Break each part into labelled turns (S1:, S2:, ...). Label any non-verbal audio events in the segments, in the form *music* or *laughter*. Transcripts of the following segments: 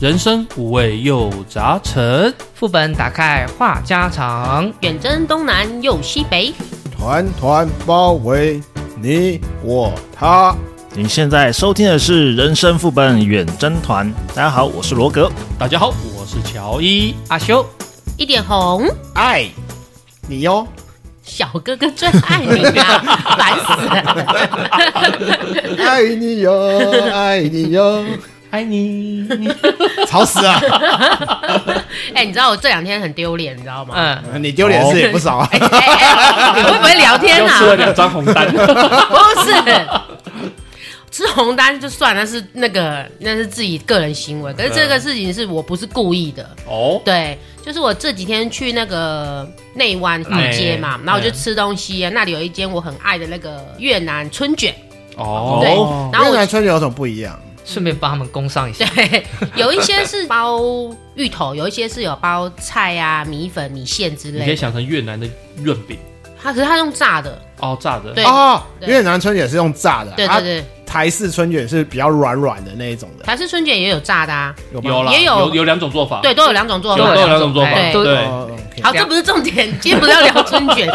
S1: 人生五味又杂陈。
S2: 副本打开话家常，
S3: 远征东南又西北，
S4: 团团包围你我他。
S5: 您现在收听的是《人生副本远征团》，大家好，我是罗格。
S1: 大家好，我是乔伊。
S2: 阿修
S3: 一点红，
S4: 爱你
S3: *laughs*
S4: 哟、
S3: 小哥哥最爱你
S1: *laughs*
S3: 啊，烦死了！ *laughs*
S4: 爱你哟，爱你哟，
S1: 爱你，
S4: 吵死
S3: *laughs*
S4: 啊！
S3: 哎、你知道我这两天很丢脸，你知道吗？
S2: 嗯，
S4: 你丢脸事也不少啊。
S3: 哎哎你会不会聊
S1: 嗯
S3: 天
S1: 又
S3: 啊
S1: 吃？了两张红
S3: *laughs*
S1: 单。
S3: 不是。吃红单就算了，那是那个那是自己个人行为，可是这
S1: 嗯
S3: 个事情是我不是故意的，
S1: 哦，
S3: 对，就是我这几天去那个内湾老街嘛，
S1: 哎
S3: 然后我就吃东西啊，那里有一间我很爱的那个越南春卷，对
S1: 哦，，
S3: 然后
S4: 越
S3: 我
S4: 南春卷有什么不一样？
S2: 顺便帮他们攻上一下。
S3: 对，有一些是包芋头，有一些是有包菜啊、米粉、米线之
S1: 你可以
S3: 类的，
S1: 想成越南的润饼
S3: 它可是它用炸的，
S1: 哦，炸的。
S3: 对
S4: 哦，
S3: 对
S4: 越南春卷是用炸的，
S3: 对对对，
S4: 啊台式春卷是比较软软的那一种的，
S3: 台式春卷也有炸的啊，
S4: 有吗
S1: 有啦，
S3: 也有
S1: 有有两种做法。
S3: 对，都有两种做
S1: 有
S3: 法
S1: 都。有两种做法。
S3: 哎
S1: 对，
S2: 都
S4: 哦，OK
S3: 好，这不是重点，今天不是要聊春
S4: *laughs*
S3: 卷。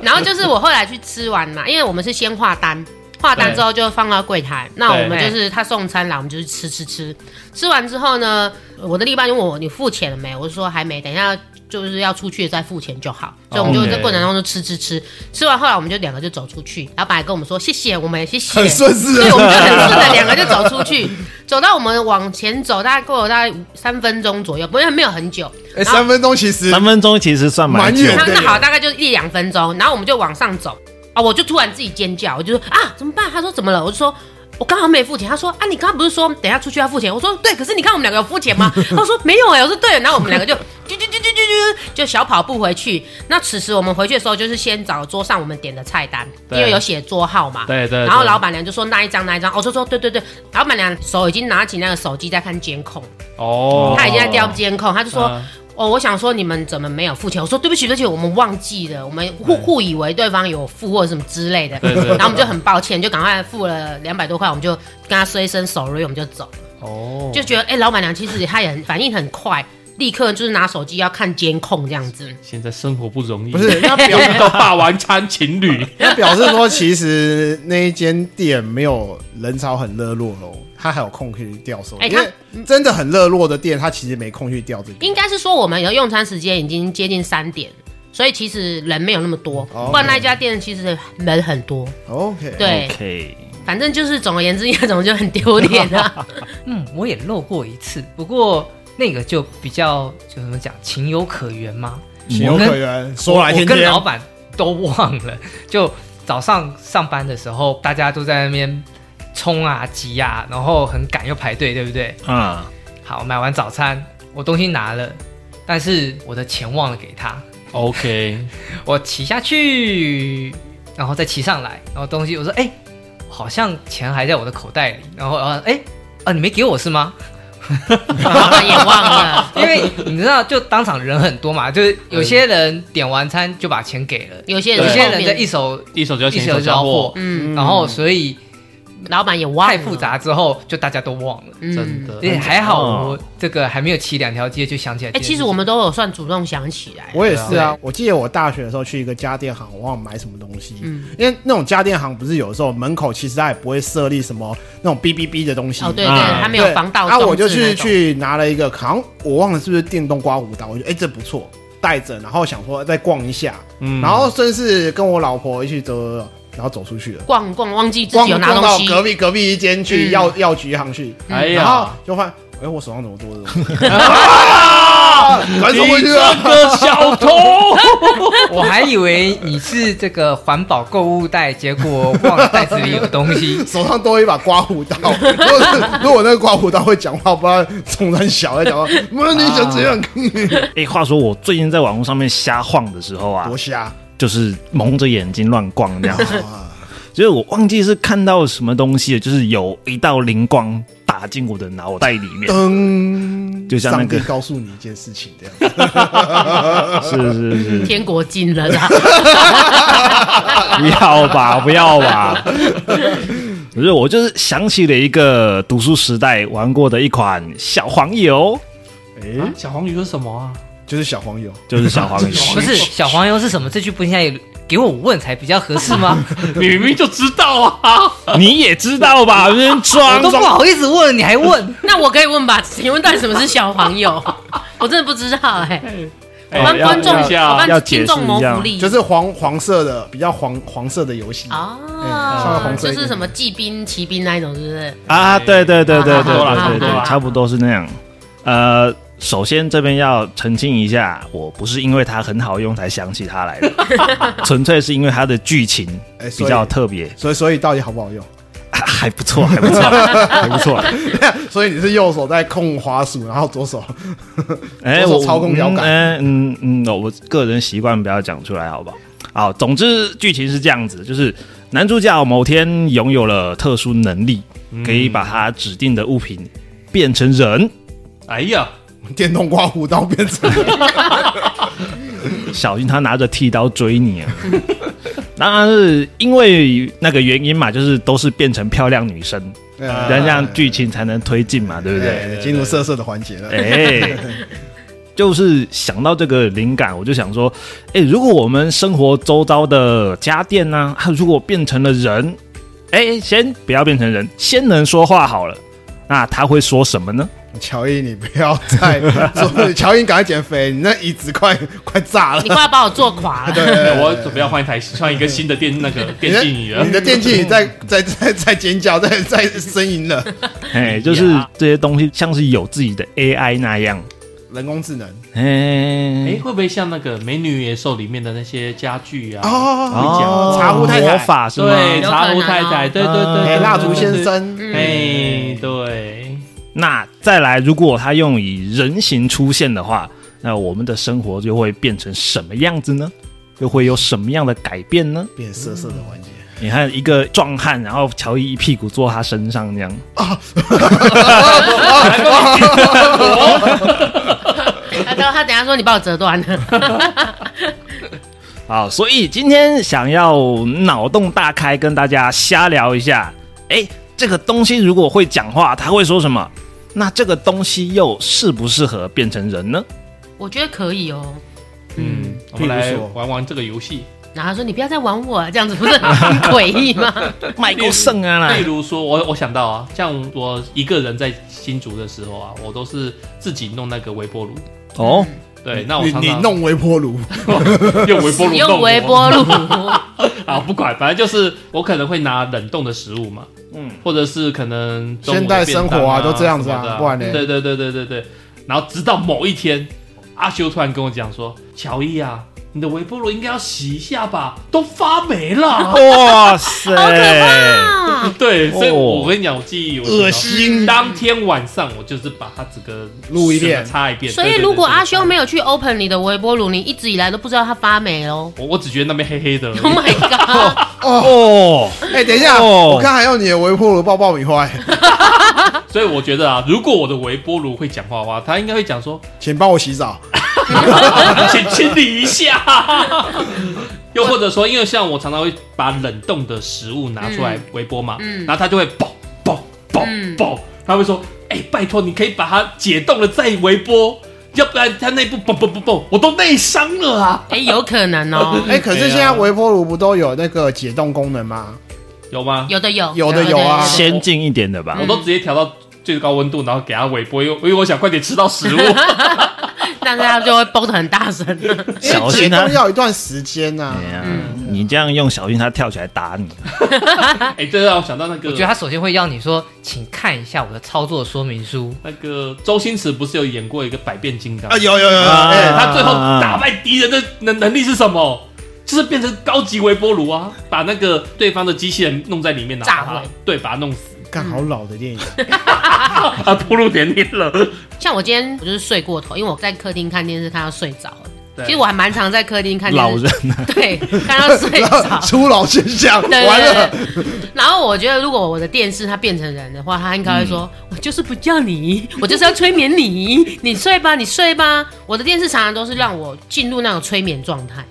S3: 然后就是我后来去吃完嘛，因为我们是先画单，画单之后就放到柜台。那我们就是他送餐来，我们就是吃吃吃。吃完之后呢，我的另一半就问我你付钱了没？我就说还没，等一下就是要出去再付钱就好。所以我们
S4: 哦
S3: 就在过程当中就吃吃吃，吃完后来我们就两个就走出去，老板还跟我们说谢谢，我们也谢谢，
S4: 很顺势
S3: 所
S4: 啊
S3: 以我们就很顺的两个就走出去，走到我们往前走，大概过了大概五三分钟左右，不是没有很久。
S4: *laughs* 哎，三分钟其实
S5: 三分钟其实算蛮久
S4: 蛮远
S3: 那
S4: 的
S3: 那好，大概就一两分钟，然后我们就往上走啊，我就突然自己尖叫，我就说啊怎么办？他说怎么了？我就说。我刚好没付钱，他说啊，你刚刚不是说等一下出去要付钱？我说对，可是你看我们两个有付钱吗？
S1: *laughs*
S3: 他说没有哎、我说对了，然后我们两个就啾啾啾啾啾啾，就小跑步回去。那此时我们回去的时候，就是先找桌上我们点的菜单，因
S1: 对
S3: 为有写桌号嘛。
S1: 对对
S3: 然后
S1: 对
S3: 老板娘就说那一张那一张，哦我就说对对对，老板娘手已经拿起那个手机在看监控，
S1: 哦，
S3: 她已经在调监控，她就说
S1: 嗯
S3: 哦，我想说你们怎么没有付钱？我说对不起，对不起，我们忘记了，我们互互以为对方有付或者什么之类的，
S1: 对对对
S3: 然后我们就很抱歉，就赶快付了两百多块，我们就跟他说一声 sorry，我们就走，
S1: 哦，
S3: 就觉得哎、老板娘其实她也很反应很快，立刻就是拿手机要看监控这样子。
S1: 现在生活不容易，
S4: 不是那表
S1: 要 *laughs* 遇到霸王餐情侣。
S4: *laughs* 那表示说，其实那一间店没有人潮很热络喽，他还有空去钓收。
S3: 哎
S4: 因为真的很热络的店，他其实没空去钓这个。
S3: 应该是说我们的用餐时间已经接近三点，所以其实人没有那么多，
S4: 哦
S3: 不然那一家店其实人很多。
S4: OK，
S3: 对，
S1: 哦
S5: OK，
S3: 反正就是总而言之，那种就很丢脸
S1: *laughs*
S3: 啊。
S2: 嗯，我也漏过一次，不过那个就比较就怎么讲，情有可原吗？
S4: 情有可原，说
S2: 我
S4: 来听
S2: 我跟
S4: 听。
S2: 老板都忘了，就早上上班的时候，大家都在那边冲啊急啊，然后很赶又排队，对不对？
S5: 啊， *laughs*
S2: 好，买完早餐，我东西拿了，但是我的钱忘了给他，
S1: OK，
S2: 我骑下去，然后再骑上来，然后东西我说，哎、好像钱还在我的口袋里，然后然后哎、啊，你没给我是 *laughs* 吗？
S3: 老板也忘了，
S2: 因为你知道，就当场人很多嘛，就是有些人点完餐就把钱给了，
S3: 有些人
S2: 有
S3: 是
S2: 些
S3: 后
S2: 人
S3: 面
S2: 在一手
S1: 一手交
S2: 一
S1: 钱，
S2: 手
S1: 交
S2: 交货，，
S3: 嗯，
S2: 然后所以
S3: 老板也忘了，
S2: 太复，杂之后，就大家都忘了。
S3: 嗯
S1: 真的。
S2: 也、还好，
S5: 哦
S2: 我这个还没有骑两条街就想起来
S3: 哎、
S2: 这件事
S3: 其
S2: 情。
S3: 实我们都有算主动想起来，
S4: 我也是
S2: 对
S4: 啊
S2: 啊，
S4: 我记得我大学的时候去一个家电行，我忘了买什么东西。
S3: 嗯
S4: 因为那种家电行不是有的时候门口其实它也不会设立什么那种哔哔哔的东西。
S3: 哦，对对，
S5: 啊
S3: 他没有防盗
S4: 啊，
S3: 装
S4: 我就
S3: 置那
S4: 去
S3: 种，
S4: 去拿了一个，好像我忘了是不是电动刮胡刀，我觉得哎、这不错，带着，然后想说再逛一下，
S1: 嗯
S4: 然后真是跟我老婆一起走走走，然后走出去了，
S3: 逛逛，忘记自
S4: 逛
S3: 己有拿
S4: 逛
S3: 东
S4: 到
S3: 西，
S4: 隔壁隔壁一间去
S3: 嗯
S4: 药药局行去，
S1: 哎
S4: 然后
S1: 呀，
S4: 就发现，哎，我手上怎
S1: *laughs*
S4: 么多的？啊赶紧回去啊！。
S1: 个小偷，
S2: 我还以为你是这个环保购物袋，结果忘了袋子里有东西
S4: 手上多一把刮胡刀， *laughs* 如果是如果那个刮胡刀会讲话，不知道从很小在讲
S1: *laughs*
S4: 话，不是你想怎
S1: 啊
S4: 样？
S5: 哎，话说我最近在网络上面瞎晃的时候啊
S4: 多，瞎
S5: 就是蒙着眼睛乱逛
S4: *laughs*
S5: 这样，
S4: 啊！
S5: 就是我忘记是看到什么东西了，就是有一道灵光打进我的脑袋里
S4: *laughs*
S5: 面，
S4: 噔，
S5: 就像那
S4: 上帝
S5: 个
S4: 告诉你一件事情这样
S5: *laughs*
S4: 子，
S5: 是是是，
S3: 天国啊近了啦，
S4: 啊
S5: 不要吧，不要吧， *laughs* 不是，我就是想起了一个读书时代玩过的一款小黄油，
S4: 哎，
S1: *laughs* 小黄鱼是什么啊？
S4: 就是小黄油，
S5: 就是小黄油。
S2: 不是小黄油是什么？这句不应该给我问才比较合适
S4: *laughs*
S2: 吗？
S1: *laughs* 你明明就知道啊！
S5: 你也知道吧？别人装
S2: 我都不
S5: 装，
S2: 好意思问，你还
S4: *laughs*
S2: 问？
S3: *laughs* 那我可以问吧？请问到底什么是小黄油？ *laughs* 我真的不知道哎、我帮
S5: 哦要
S3: 观众，
S5: 要
S3: 我
S5: 要
S3: 帮
S5: 解释
S3: 听众谋福
S5: 嗯
S3: 利，
S4: 就是黄黄色的，比较黄黄色的游戏。
S5: 哦
S4: 哎稍微
S3: 哦，
S4: 红色
S3: 就
S4: 一点
S3: 是什么骑兵、骑兵那一种，是不是？
S5: 啊，对对对对对
S1: 差不多啦
S5: 对对对，
S1: 差
S5: 差不多是那样。呃，首先这边要澄清一下，我不是因为它很好用才想起它来的，纯粹是因为它的剧情
S4: 哎所以
S5: 比较特别，
S4: 所以，所以到底好不好用？ *laughs*
S5: 啊还不错，还不错，还不错。
S4: 所以你是右手在控滑鼠，然后左手 *laughs*
S5: 哎，
S4: 左手
S5: 我
S4: 操控摇杆
S5: 嗯嗯嗯嗯，我个人习惯不要讲出来，好不好？好，总之剧情是这样子，就是男主角某天拥有了特殊能力，
S4: 嗯
S5: 可以把他指定的物品变成人。
S1: 哎呀，
S4: 电动刮胡刀变
S5: *laughs*
S4: 成
S5: 小心他拿着剃刀追你、啊。 *laughs* 当然是因为那个原因嘛，就是都是变成漂亮女生，
S4: 呃
S5: 这样剧情才能推进嘛，对不对？
S4: 哎进入色色的环节了。
S5: *laughs* 哎、就是想到这个灵感，我就想说，哎、如果我们生活周遭的家电呢、啊，如果变成了人，哎、先不要变成人，先能说话好了。那他会说什么呢？
S4: 乔伊，你不要
S5: *laughs*
S4: 再做，乔伊，你赶快减肥，你那椅子快 *laughs* 快炸了
S3: 你。快要把我做垮
S4: *laughs*
S3: 了！
S5: *laughs*
S1: 我准备要换一台，换一个新的电 *laughs* 那个
S4: 你
S1: 电
S4: 的
S1: 竞椅了
S4: 你。的电竞椅在在在在尖叫，在在呻吟了。
S5: 哎、就是这些东西像是有自己的 AI 那样，
S4: 人工智能
S5: 哎、
S1: 哎，会不会像那个《美女与野兽》里面的那些家具啊？
S4: 哦，
S5: 哦，
S4: 茶壶太太
S5: 魔法是吗？
S1: 对，
S3: 有可能哦
S1: 茶壶太太，对对
S3: *laughs*
S1: 对
S4: 哎，
S1: 对，
S4: 蜡烛先
S1: 对，
S4: 生，
S1: 对
S3: 嗯
S1: 对哎，对，
S5: 那再来，如果他用以人形出现的话，那我们的生活就会变成什么样子呢？又会有什么样的改变呢？
S4: *laughs* 变色色的环节。
S5: 你看，一个壮汉，然后乔伊一屁股坐他身上那样，
S3: 他他他等一下说你把我折断了，
S5: 好，所以今天想要脑洞大开，跟大家瞎聊一下。哎，这个东西如果会讲话，他会说什么？那这个东西又适不适合变成人呢？
S3: 我觉得可以哦。
S1: 嗯，我
S4: 譬
S1: 们
S4: 如
S1: 来
S4: 说
S1: 玩玩这个游戏。
S3: 然后他说你不要再玩我，这样子不是很诡异吗？
S5: 麦克圣啊啦
S1: 例，如说，我我想到啊，像我一个人在新竹的时候啊，我都是自己弄那个微波炉。
S5: 哦，
S1: 对，那我
S4: 嗯你
S1: 常
S4: 你
S1: 常
S4: 弄微波炉，
S1: 用微波炉，
S3: 用微波炉，
S1: *laughs* 啊，不管，反正就是我可能会拿冷冻的食物嘛，
S5: 嗯
S1: 嗯，或者是可能中午的
S4: 现代
S1: 便当
S4: 生活
S1: 啊
S4: 啊都这样子啊
S1: 什么的
S4: 不然呢
S1: 对对对对对对，然后直到某一天，阿修突然跟我讲说：“乔伊啊，你的微波炉应该要洗一下吧，都发霉
S4: *laughs*
S1: 了。
S5: 哇塞，
S1: 对，所以
S5: 哦
S1: 我跟你讲，我记忆我哦
S4: 恶心
S1: 当天晚上我就是把它整个
S4: 撸一遍
S1: 整个擦一遍。
S3: 所
S1: 对
S3: 以
S1: 对
S3: 如果
S1: 对对
S3: 阿修没有去 open 你的微波炉，你一直以来都不知道它发霉喽。
S1: 我我只觉得那边黑黑的而已，
S3: *laughs* Oh my god！
S5: 哦，
S4: *laughs* 哎，等一下，
S5: 哦
S4: 我看还有你的微波炉爆爆米花， *laughs* 哎
S1: 所以我觉得啊，如果我的微波炉会讲话的话，它应该会讲说
S4: 请帮我洗
S1: *laughs*
S4: 澡。
S1: 请清理一下。 *laughs* 又或者说，因为像我常常会把冷冻的食物拿出来微波嘛，
S3: 嗯
S1: 然后它就会爆爆爆
S3: 嗯
S1: 爆，它会说：“哎、拜托，你可以把它解冻了再微波，要不然它内部嘣嘣嘣嘣，我都内伤了啊
S3: 哎，有可能哦，
S4: 哎，可是现在微波炉不都有那个解冻功能吗？！”
S1: 有吗？
S3: 有的有，
S4: 有的有啊
S3: 有的
S5: 先进一点的吧
S1: 我。都直接调到最高温度，然后给它微波，因为因为我想快点吃到
S3: *laughs*
S1: 食物。
S3: 但是它就会崩的很大声。
S1: 哎
S4: 因
S5: 小
S4: 为
S5: 心
S4: 哎解
S1: 啊
S5: 他
S4: 冻要一段时间啊
S1: *laughs*
S4: 呐。
S5: 哎呀你这样用小心他跳起来打你。
S1: 哎、这让我想到那个，
S2: 我觉得他首先会要你说，请看一下我的操作说明书。
S1: 那个周星驰不是有演过一个百变金刚
S4: 啊，？有有有有，
S5: 啊
S4: 哎
S1: 对，他最后打败敌人的能能力是什么？就是变成高级微波炉啊，把那个对方的机器人弄在里面，然后
S3: 炸
S1: 把它
S3: 毁
S1: 对，把它弄死，
S4: 干好老的电影，。
S1: 啊，铺路点点了。
S3: 像我今天我就是睡过头，因为我在客厅看电视看到睡着了。
S1: 对
S3: 其实我还蛮常在客厅看电视，
S5: 老人
S3: *laughs*
S5: 啊，
S3: 对，看到睡着
S4: *laughs* 初老现象，
S3: 对对
S4: 完了，
S3: 对然后我觉得，如果我的电视它变成人的话，它应该会说：“我
S4: 嗯
S3: 就是不叫你， *laughs* 我就是要催眠
S4: *laughs*
S3: 你，你睡吧，你睡吧。”我的电视常常都是让我进入那种催眠状态，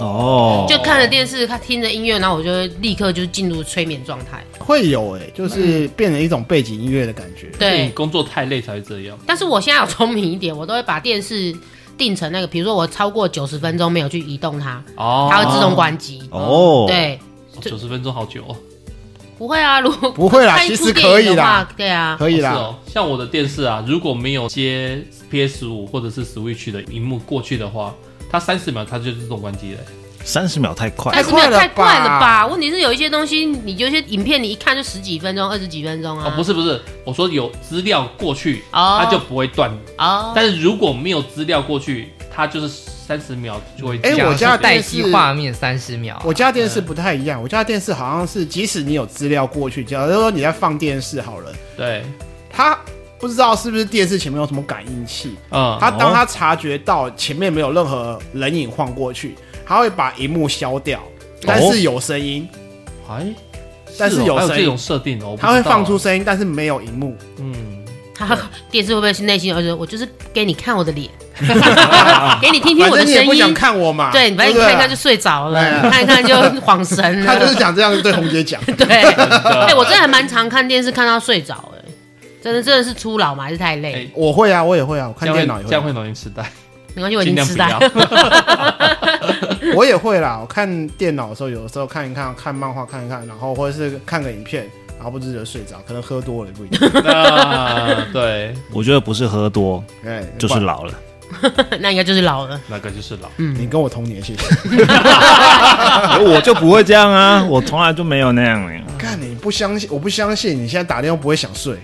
S5: 哦
S3: 就看着电视，它听着音乐，然后我就会立刻就进入催眠状态。
S4: 会有哎、就是变成一种背景音乐的感觉。
S1: 因为
S3: 对
S1: 你，工作太累才会这样。
S3: 但是我现在有聪明一点，我都会把电视定成那个，比如说我超过九十分钟没有去移动它，
S1: 哦，
S3: 它会自动关机。
S5: 哦，，
S3: 对，
S1: 九十分钟好久哦，
S3: 不会啊，如果
S4: 不会啦
S3: 看一
S4: 其
S3: 出
S4: 实
S3: 电
S4: 可
S3: 影
S4: 以
S3: 的
S4: 啦
S3: 话，对啊，
S4: 可以
S1: 哦是
S4: 啦，
S1: 哦。像我的电视啊，如果没有接 PS 五或者是 Switch 的荧幕过去的话，它三十秒它就自动关机了。
S5: 三十秒太快
S3: 但是没有太
S4: 太
S3: 快
S4: 快
S3: 了
S4: 了
S3: 吧？
S4: 吧
S3: 问题是有一些东西，你有一些影片，你一看就十几分钟、二十几分钟啊。
S1: 哦，不是不是，我说有资料过去，
S3: 哦
S1: 它就不会断。
S3: 哦，
S1: 但是如果没有资料过去，它就是三十秒就会。
S4: 哎我
S2: 讲
S4: 家
S2: 说
S4: 的
S2: 待
S4: 电
S2: 机
S4: 视
S2: 画面三十秒啊，
S4: 我家
S1: 哎
S4: 电视不太一样，我家电视好像是即使你有资料过去，假如说你在放电视好了，
S1: 对，
S4: 它不知道是不是电视前面有什么感应器，
S3: 哦
S1: 嗯，
S4: 它当它察觉到前面没有任何人影晃过去，它会把荧幕消掉，但是有声音，
S3: 哦
S1: 哎，
S4: 但是
S1: 哦
S4: 有
S1: 还有
S4: 声
S1: 这
S4: 音
S1: 种设定哦，我不
S4: 它会
S1: 知道啊
S4: 放出，声音，但是没有荧幕。
S1: 嗯，
S3: 他 *laughs* 电视会不会是内心有一种，我就是给你看我的脸，给你听听
S4: 反
S3: 我的
S4: 正你也
S3: 声
S4: 不想
S3: 音，
S4: 看我嘛，
S3: 对，
S4: 你
S3: 你反正你看一看就睡着
S4: 对
S3: 了，
S4: 啊
S3: 看一看就恍神
S4: *laughs* 他就是
S3: 了。
S4: 想这样对红姐讲，
S3: *laughs* 对，哎，我真的还蛮常看电视看到睡着的，真的真的是初老嘛，还是太累？
S1: 哎
S4: 我会啊，我也会啊，我看电脑也
S1: 这样
S4: 会，
S1: 会容易痴呆，
S3: 没关系，我已
S1: 尽
S3: 经
S1: 量
S3: 痴
S1: 不
S3: 呆
S1: 要。。
S4: 我也会啦。我看电脑的时候，有的时候看一看，看漫画看一看，然后或者是看个影片，然后不知觉睡着，可能喝多了也不一
S3: *laughs*
S4: 定。
S1: *laughs* 那对，
S5: 我觉得不是喝多，
S4: 哎，
S5: 就是老了。
S3: *laughs* 那应该就是老了。
S1: 那个就是老。
S4: 你跟我同年，谢谢。
S5: 我就不会这样啊，我从来就没有那样欸。
S4: 看你不相信，我不相信你现在打电话不会想睡，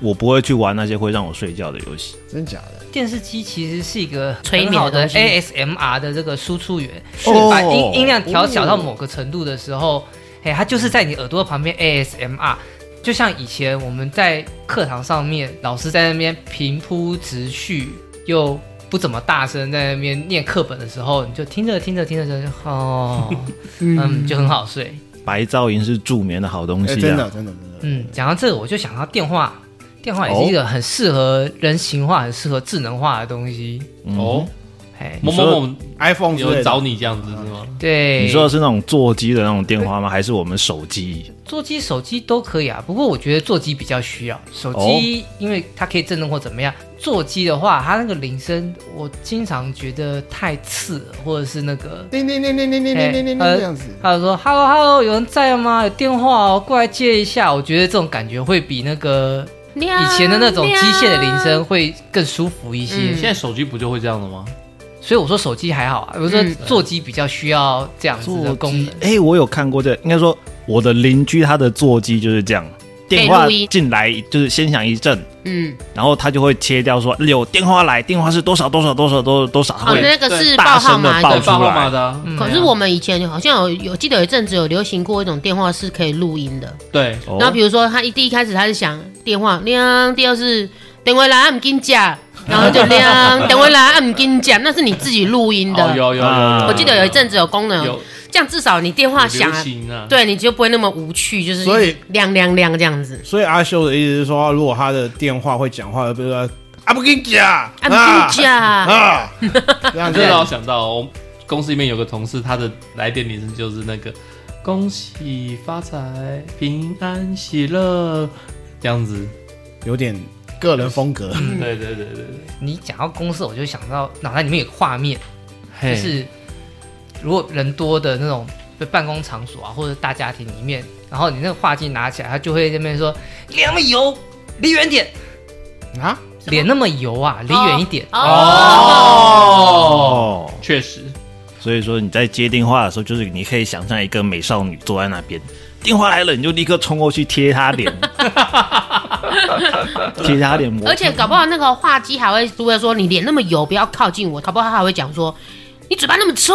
S5: 我不会去玩那些会让我睡觉的游戏。
S4: 真假的？
S2: 电视机其实是一个
S3: 催眠
S2: 很好的
S3: 的东西
S2: ASMR 的这个输出源，是
S5: 哦
S2: 把音音量调小到某个程度的时候，哎，它就是在你耳朵旁边 ASMR。就像以前我们在课堂上面，老师在那边平铺直叙又不怎么大声，在那边念课本的时候，你就听着听着听着就
S5: *laughs*
S2: 哦，嗯，就很好睡。
S5: 白噪音是助眠的好东西
S4: 哎，
S5: 啊！
S4: 真的，真的，真的。
S2: 嗯，讲到这个，我就想到电话，电话也是一个很适合人形化、很适合智能化的东西。
S5: 嗯
S1: 哦，
S2: 哎，
S1: 某某某
S4: iPhone 之类
S1: 有
S4: 的
S1: 找你这样子是
S3: 嗯
S1: 吗？
S2: 对，
S5: 你说的是那种座机的那种电话吗？还是我们手机？
S2: 座机、手机都可以啊，不过我觉得座机比较需要。手机因为它可以震动或怎么样，座机的话，它那个铃声我经常觉得太刺耳，或者是那个
S4: 叮叮叮叮叮叮叮叮叮
S2: 哎呃
S4: 这样子。
S2: 他就说 “hello hello”，有人在吗？有电话哦，过来接一下。我觉得这种感觉会比那个以
S3: 以
S2: 前的那种机械的铃声会更舒服一些。
S3: 嗯
S1: 现在手机不就会这样了吗？
S2: 所以我说手机还好啊，我说
S3: 嗯
S2: 座机比较需要这样子的功能。
S5: 哎、我有看过这，应该说我的邻居他的座机就是这样，电话
S3: 被录音
S5: 进来就是先响一阵，
S3: 嗯，
S5: 然后他就会切掉说有电话来，电话是多少多少多少多少多少，他
S3: 哦，
S5: 会、
S3: 那个
S1: 对
S3: 是
S5: 大
S3: 报
S5: 声
S3: 号
S5: 地
S3: 码
S5: 报
S3: 的
S1: 对，
S5: 出
S1: 报
S5: 来
S1: 号码的啊，
S2: 嗯
S3: 可是我们以前好像有有记得有一阵子有流行过一种电话是可以录音的，
S1: 对，
S5: 哦
S3: 然后比如说他一第一开始他是想电话亮，第二是等我来啊，唔跟讲，然后就亮，等我来啊，唔跟讲，那是你自己录音
S1: 哦
S3: 的。
S1: 有有有，
S5: 啊
S3: 我记得有一阵子有功能，
S1: 有
S3: 这样至少你电话响
S1: 流
S3: 了，
S1: 行啊，
S3: 对你就不会那么无趣，就是
S4: 所以
S3: 亮亮亮这样子。
S4: 所以阿修的意思是说，如果他的电话会讲话，比如说阿不跟你讲，
S3: 啊，唔跟讲，
S4: 啊，这样
S1: 你
S4: 子
S1: 这。让我想到，我公司里面有个同事，他的来电铃声就是那个“恭喜发财，平安喜乐”这样子。
S4: 有点个人风格。
S1: 对对对对对，
S2: 你讲到公司，我就想到脑袋里面有个画面，就
S1: 嘿
S2: 是如果人多的那种办公场所啊，或者大家庭里面，然后你那个画镜拿起来，他就会在那边说“脸那么油，离远点，
S3: 嗯
S4: 啊，
S2: 脸那么油啊，离远一点”
S1: 哦，
S5: 哦。
S1: 确实，
S5: 所以说你在接电话的时候，就是你可以想象一个美少女坐在那边，电话来了，你就立刻冲过去贴她
S4: *laughs*
S5: 脸，贴她脸膜。
S3: 而且搞不好那个话机还会如果说你脸那么油，不要靠近我，搞不好他还会讲说你嘴巴那么臭，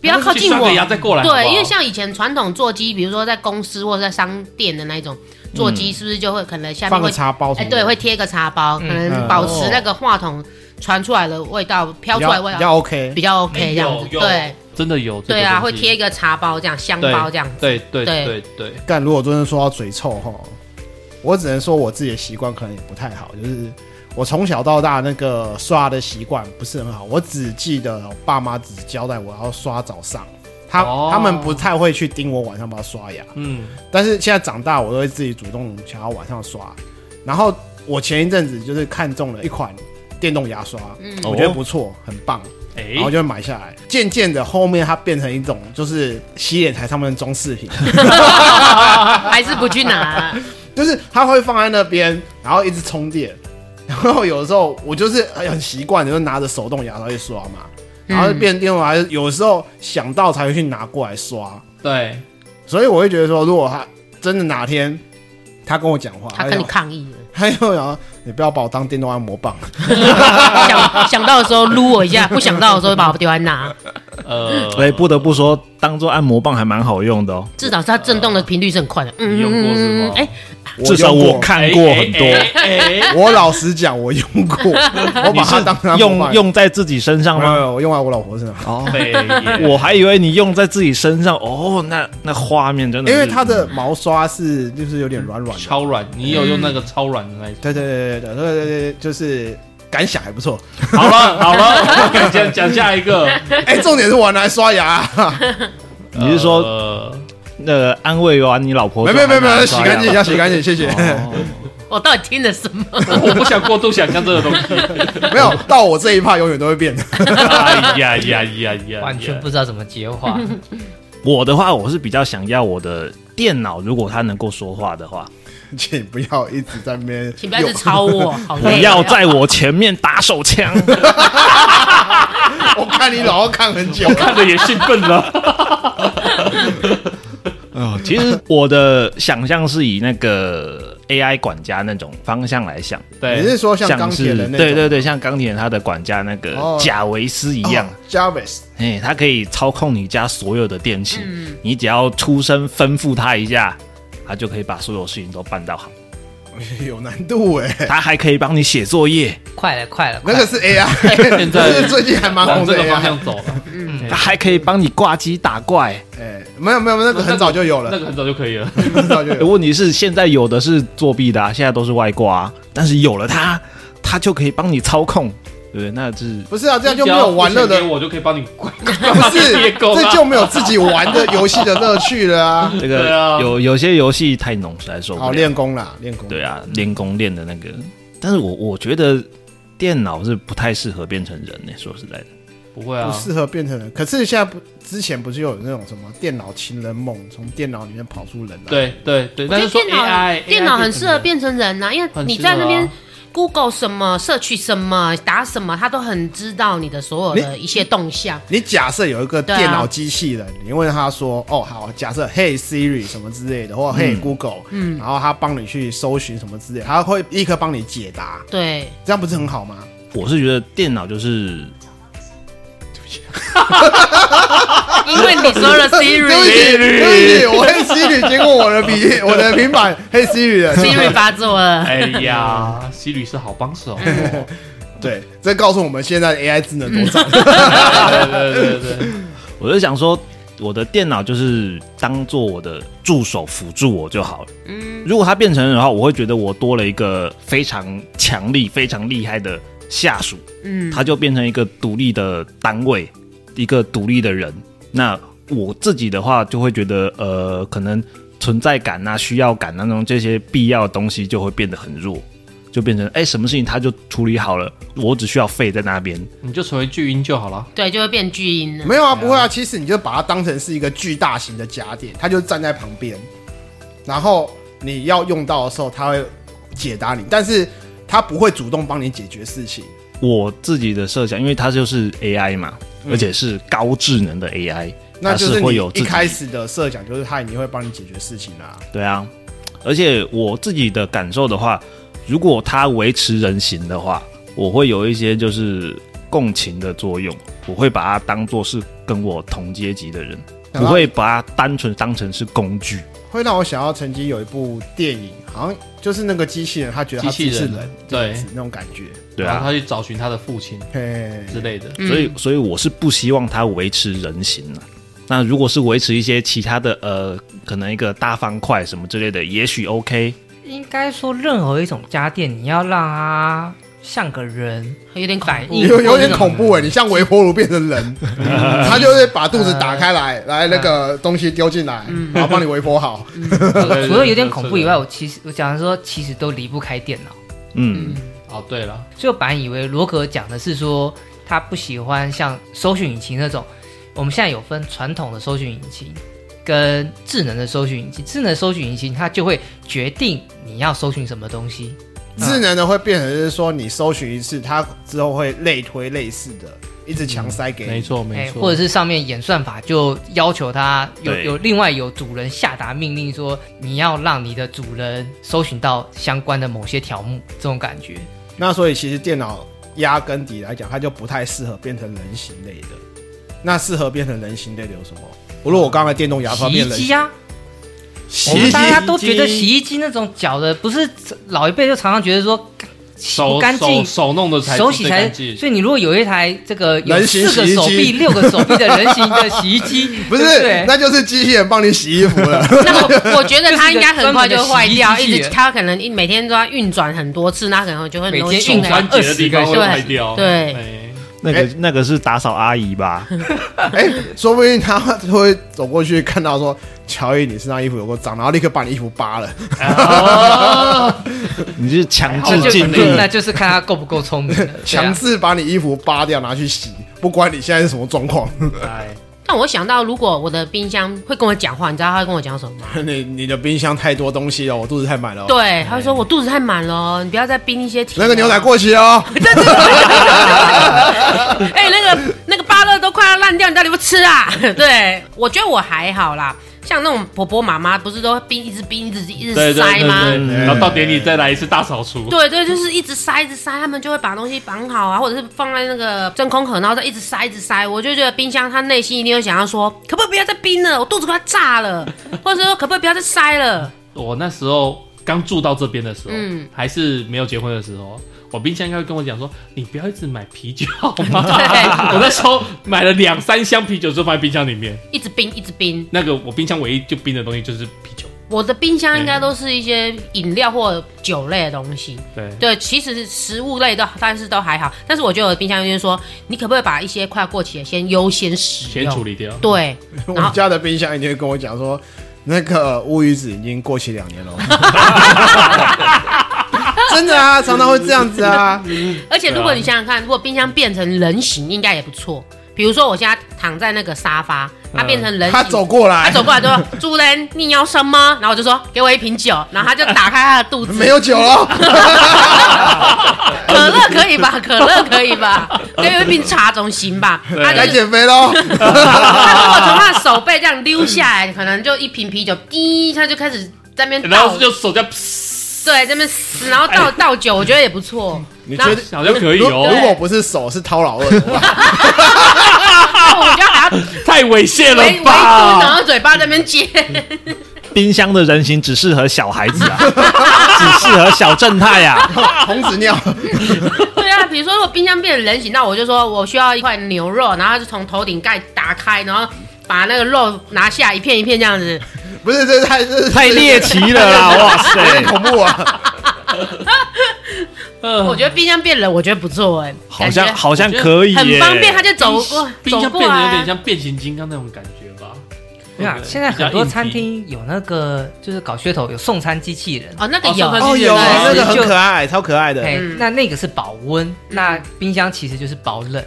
S3: 不要靠
S1: 那就去
S3: 近
S1: 刷
S3: 我
S1: 个。牙再过来好不好。
S3: 对，因为像以前传统座机，比如说在公司或者在商店的那一种
S1: 嗯
S3: 座机，是不是就会可能下面
S4: 放个
S3: 会
S4: 茶包什
S3: 哎
S4: 么的，嗯
S3: 对，会贴个茶包，可
S1: 嗯
S3: 能保
S1: 哦
S3: 持那个话筒传出来的味道，飘
S4: 比
S3: 出来的啊味
S4: 较
S3: 道
S4: 比较 OK
S3: 比。较 OK 这样子。
S1: 嗯有有
S3: 对
S1: 真的有这个
S3: 对啊，
S1: 东
S3: 会
S1: 西
S3: 贴一个茶包这样，香包这样。
S1: 对对
S3: 对
S1: 对对，
S4: 但如果真的说到嘴臭哈，我只能说我自己的习惯可能也不太好，就是我从小到大那个刷的习惯不是很好，我只记得我爸妈只交代我要刷早上，他、
S1: 哦
S4: 他们不太会去盯我晚上要不要刷牙，
S1: 嗯，
S4: 但是现在长大，我都会自己主动想要晚上刷。然后我前一阵子就是看中了一款电动牙刷，
S3: 嗯
S4: 我觉得不错，很棒，
S1: 哎
S4: 然后就会买下来。渐渐的，后面它变成一种就是洗脸台上面的装饰品，
S3: 还是不去
S4: *laughs*
S3: 拿。
S4: 就是它会放在那边，然后一直充电。然后有的时候我就是很习惯的，就拿着手动牙刷去刷嘛，然后变电动牙刷，有时候想到才会去拿过来刷。
S1: 对，
S4: 所以我会觉得说，如果他真的哪天他跟我讲话，
S3: 他
S4: 就
S3: 跟你抗议了， *laughs*
S4: 还有然后你不要把我当电动按摩棒，
S3: 想想到的时候撸我一下，不想到的时候就把我丢在那。
S1: 呃，
S5: 所以不得不说，当做按摩棒还蛮好用的哦，
S3: 至少它震动的频率是很快的。
S1: 你用过是吗
S3: 嗯，哎，
S5: 至少
S4: 用
S5: 我
S4: 过，
S5: 看过很多。
S1: 哎哎
S4: *laughs*
S1: 哎哎
S4: 我老实讲，我用过，我把
S5: 你
S4: 它当成
S5: 是
S4: 按摩棒
S5: 用用在自己身上
S4: 没有没
S5: 吗？
S4: 有，我用在我老婆身上，
S5: 哦，
S1: 北野
S5: 我还以为你用在自己身上哦，那那画面真的是，
S4: 因为它的毛刷是就是有点软软的，
S1: 超软，你有用那
S3: 嗯
S1: 个超软的那一种？
S4: 对对对对对对对对，就是感想还不错。
S1: 好了好了， *laughs* 我讲讲下一个，
S4: 哎，重点是我拿来刷牙，啊
S5: 你是说
S1: 呃
S5: 那个安慰完你老婆
S4: 没
S5: 说，哎
S4: 没没没，
S5: 还
S4: 洗
S5: 刷牙
S4: 干净一下，洗干净，谢谢。
S5: 哦
S3: 我到底听了什么？
S1: *laughs* 我不想过度想象这个东西。
S4: *laughs* 没有到我这一趴永远都会变的。 *laughs*
S1: 哎呀呀呀呀！
S2: 完全不知道怎么接 *laughs* 话。
S5: 我的话，我是比较想要我的电脑，如果它能够说话
S4: *laughs*
S5: 的话，
S4: 请不要一直在那边，
S3: 请不要一直吵我，好
S5: 不
S3: 累。啊
S5: 要在我前面打手枪。
S4: 我看你老要看很久
S1: 我。看着也兴 *laughs* 奋了。
S5: 哦，其实我的想象是以那个 AI 管家那种方向来想，
S4: 你
S1: 对，
S4: 是说像
S5: 像
S4: 钢铁
S5: 是
S4: 人那种？
S5: 对对对，像钢铁人他的管家那个
S4: 哦
S5: 贾维斯一样
S4: 哦，Jarvis，
S5: 哎，他可以操控你家所有的电器，
S3: 嗯
S5: 你只要出声吩咐他一下。他就可以把所有事情都办到好，
S4: 有难度哎、
S5: 他还可以帮你写作业，
S2: 快了，快了，快
S4: 那个
S2: 了
S4: 是 AI，
S1: 现
S4: *laughs*
S1: 在
S4: 这是最近还蛮
S1: 往
S4: 红
S1: 这
S4: 的
S1: 个方
S4: AI。
S1: 向 *laughs* 走了，
S5: 他还可以帮你挂机打怪。
S4: 哎、没有没有，那个很早就有了，
S1: 那个很早就可以了。
S4: 很早就有。
S5: 哎问题是现在有的是作弊的、啊，现在都是外挂、啊，但是有了它，它就可以帮你操控，对不对？那是
S4: 不是啊，这样就没有玩乐
S1: *laughs* 你只要付钱
S4: 的，
S1: 给我就可以 *laughs* 帮你关。
S4: 不是
S1: 你也啊够了
S4: 这就没有自己玩的游戏的乐趣了
S5: *laughs*
S4: 啊！
S1: 对
S5: 这个、
S1: 啊
S5: 有有些游戏太浓，实在受
S4: 好
S5: 不了。
S4: 练功啦，练功。
S5: 对啊，练功练的那个，但是我我觉得电脑是不太适合变成人呢、说实在的，
S1: 不会
S4: 不
S1: 啊，
S4: 适合变成人。可是现在不，之前不是有那种什么电脑情人梦，从电脑里面跑出人来？，
S1: 对对对，但是说
S3: 电脑
S1: AI，
S3: 电脑很适合变成人呐、啊因为你在那
S1: 很适
S3: 边
S1: 合
S3: Google 什么、摄取什么、打什么，它都很知道你的所有的一些动向。
S4: 你假设有一个
S3: 对啊
S4: 电脑机器人，你问他说：“哦，好，假设 Hey Siri 什么之类的，或 Hey Google，嗯，然后他帮你去搜寻什么之类的，他会立刻帮你解答，
S3: 对，
S4: 这样不是很好吗？
S5: 我是觉得电脑就是
S3: 因为你说了
S4: *laughs*
S3: Siri，Siri
S4: 对不起，对不起，我 Hey Siri 经过我的笔，我的平板 Hey Siri 的，
S3: 发作了。
S1: 哎呀，西律是好帮手。对
S3: 嗯
S4: 对，这告诉我们现在的 AI 智能多
S1: *laughs*
S4: 少。
S1: 对对对对，
S5: 我就想说，我的电脑就是当做我的助手辅助我就好了。嗯，如果它变成人的话，我会觉得我多了一个非常强力、非常厉害的下属，
S3: 嗯，
S5: 它就变成一个独立的单位，一个独立的人。那我自己的话，就会觉得呃，可能存在感啊、需要感啊那种这些必要的东西就会变得很弱。就变成哎、什么事情他就处理好了，我只需要废在那边。
S1: 你就成为巨婴就好了。
S3: 对，就会变巨婴了。
S4: 没有啊，不会啊，其实你就把它当成是一个巨大型的家电，它就站在旁边，然后你要用到的时候，它会解答你，但是它不会主动帮你解决事情。
S5: 我自己的设想，因为它就是 AI 嘛，而且是高智能的 AI，
S4: 嗯那就
S5: 它
S4: 是
S5: 是会
S4: 你
S5: 有自
S4: 一
S5: 己
S4: 开始的设想，就是它已经会帮你解决事情啦、
S5: 对啊。而且我自己的感受的话，如果它维持人形的话，我会有一些就是共情的作用，我会把它当做是跟我同阶级的人，
S4: 然
S5: 不
S4: 后
S5: 会把它单纯当成是工具。
S4: 会让我想到曾经有一部电影，好像就是那个机器人，他觉得他
S1: 机
S4: 自
S1: 器
S4: 己是
S1: 人
S4: 人，
S1: 对
S4: 是那种感觉。
S5: 对
S1: 然后
S5: 啊，
S1: 他去找寻他的父亲
S4: 嘿，
S1: 之类的。
S3: 嗯
S5: 所以所以我是不希望它维持人形的、那如果是维持一些其他的呃，可能一个大方块什么之类的，也许 OK。
S2: 应该说，任何一种家电，你要让它像个人，
S3: 嗯有点恐
S2: 反
S3: 怖。
S2: 应
S4: 有有点恐怖哎、你像微波炉变成人，他就会把肚子打开来，来那个东西丢进来，然后帮你微波好。
S3: 啊
S2: 除了有点恐怖以外，我其实我讲说其实都离不开电脑。
S5: 嗯，
S1: 哦，对了，
S2: 所以我本来以为罗格讲的是说他不喜欢像搜寻引擎那种，我们现在有分传统的搜寻引擎跟智能的搜寻引擎，智能搜寻引擎它就会决定你要搜寻什么东西。
S4: 智能的会变成是说，你搜寻一次，它之后会类推类似的，一直强塞给
S1: 嗯没
S4: 你。
S1: 错没
S2: 哎，
S1: 错，
S2: 或者是上面演算法就要求它有
S5: 对
S2: 有另外有主人下达命令说你要让你的主人搜寻到相关的某些条目，这种感觉。
S4: 那所以其实电脑压根底来讲，它就不太适合变成人形类的。那适合变成人形类的有什么？不如我刚才电动牙刷
S2: 洗
S4: 变
S2: 衣
S4: 人
S2: 机
S4: 形，
S2: 啊，
S4: 洗
S2: 我们大家都
S1: 洗衣
S2: 觉
S1: 机
S2: 得洗衣机那种搅的，不是老一辈就常常觉得说洗不
S1: 手
S2: 干
S1: 手
S2: 净，
S1: 手弄的才
S2: 手洗
S1: 最
S2: 才
S1: 干
S2: 是。
S1: 净
S2: 所以你如果有一台这个有
S4: 人形
S2: 四个
S4: 洗衣
S2: 手臂、
S4: 机
S2: 六个手臂的人形的洗衣机
S4: *laughs* ，不是
S2: 对对，
S4: 那就是机器人帮你洗衣服了。 *laughs*
S3: 那我我觉得它应该很快就会坏掉，
S2: 就是一个专门的
S3: 一
S2: 洗衣机
S3: 直它可能一每天都要运转很多次，那可能就会很多
S2: 每天
S3: 菌
S2: 运
S1: 手
S3: 啊
S2: 转
S1: 关节的地方
S2: 20
S1: 会
S3: 个
S1: 坏掉，
S3: 对
S1: 哎
S5: 那个
S4: 哎
S5: 那个是打扫阿姨吧？
S4: 哎、说不定他会走过去看到说，乔伊，你身上衣服有够脏，然后立刻把你衣服扒了。
S2: 啊
S3: 哦
S5: 你是强
S2: 那
S5: 制
S2: 啊就
S5: 禁
S2: 那
S5: 令，
S2: 哎就是看他够不够聪
S4: *laughs*
S2: 明了。对啊
S4: 强制把你衣服扒掉拿去洗，不管你现在是什么状况，
S1: 哎，
S3: 但我想到，如果我的冰箱会跟我讲话，你知道它会跟我讲什么吗？
S4: *laughs* 你你的冰箱太多东西了，我肚子太满了。，
S3: 对，他说我肚子太满了哦，你不要再冰一些甜的。
S4: 哦那个牛奶过期哦，
S3: *laughs* 哎、那个那个芭乐都快要烂掉，你到底不吃啊？ *laughs* 对，我觉得我还好啦。像那种婆婆妈妈，不是都冰一直冰一直
S1: *laughs*
S3: 一
S1: 对
S3: 直
S1: 对
S3: 塞
S1: 对
S3: 吗？
S1: 对，然后到典礼再来一次大扫除，
S3: 对对，就是一直塞，一直塞，他们就会把东西绑好啊，或者是放在那个真空盒，然后再一直塞，一直塞。我就觉得冰箱，他内心一定会想要说，可不可以不要再冰了，我肚子快炸了，或者是说可不可以不要再塞了？
S1: 我那时候刚住到这边的时候，
S3: 嗯
S1: 还是没有结婚的时候，我冰箱应该会跟我讲说，你不要一直买啤酒好吗？
S3: 对
S1: 我那时候买了两三箱啤酒，就放在冰箱里面。
S3: 一直冰，一直冰。
S1: 那个我冰箱唯一就冰的东西就是啤酒。
S3: 我的冰箱应该都是一些饮料或酒类的东西。
S1: 对，
S3: 对，其实食物类的，但是都还好。但是我觉得我的冰箱就是说，你可不可以把一些快过期的先优先使
S1: 先
S3: 用？
S1: 处理掉。
S3: 对，
S4: 我们家的冰箱一定会跟我讲说，那个乌鱼子已经过期两
S3: *laughs*
S4: 年了。真的啊，常常会这样子啊。
S3: 嗯而且如果
S1: 对啊
S3: 你想想看，如果冰箱变成人形，应该也不错。比如说我现在躺在那个沙发，它
S1: 嗯
S3: 变成人形，
S4: 他走过
S3: 他
S4: 来，
S3: 走过来就说：“主人，你要什么？”然后我就说：“给我一瓶酒。” *laughs* 然后他就打开他的肚子，
S4: 没有酒 *laughs* 了，
S3: *laughs* 可乐可以吧？可乐可以吧？给我一瓶茶总行吧？他
S4: 该
S3: 就
S4: 减肥
S3: *laughs*
S4: 喽。
S3: 他如果从他的手背这样溜下来，可能就一瓶啤酒，滴，他就开始在那边
S1: 然
S3: 倒
S1: 后，就手这样，
S3: 对，在那边撕，然后倒倒酒，我觉得也不错。
S4: 你觉得
S1: 好像可以哦
S4: 如如果不是手是掏老二的 *laughs* 话，
S3: 然后我觉得还要
S1: 太猥亵
S3: 围围
S1: 了
S3: 住，然
S1: 吧？
S3: 后嘴巴在那边接。 *laughs*
S5: 冰箱的人形只适合小孩
S4: *laughs*
S5: 子啊，只适合小正太啊。
S4: 童子尿。
S3: 对啊，比如说如果冰箱变成人形，那我就说我需要一块牛肉，然后他就从头顶盖打开，然后把那个肉拿下一片一片这样子。
S4: 不是，这太这
S5: 太猎奇了啦！哇塞，
S4: 恐怖啊！
S3: 我
S1: 呃，
S3: 觉得冰箱变人，我觉得不错哎、
S5: 好
S3: 感觉
S5: 像好像可以耶，
S3: 很方便，他就走过
S1: 冰
S3: 走
S1: 箱
S3: 过
S1: 变得有点
S3: 来。啊
S1: 像变形金刚那种感觉吧？
S2: 对啊
S1: 对，
S2: 现在很多餐。
S1: 比较硬
S2: 厅有那个就是搞噱头，有送餐机器人。
S3: 哦，那个
S1: 哦
S3: 有，
S1: 上班
S4: 哦，
S1: 机器
S4: 有
S1: 人
S4: 那个
S2: 对
S4: 很
S2: 就
S4: 可爱，超可爱的。
S2: 哎、
S3: 嗯
S2: 那那个是保温，那冰箱其实就是保冷。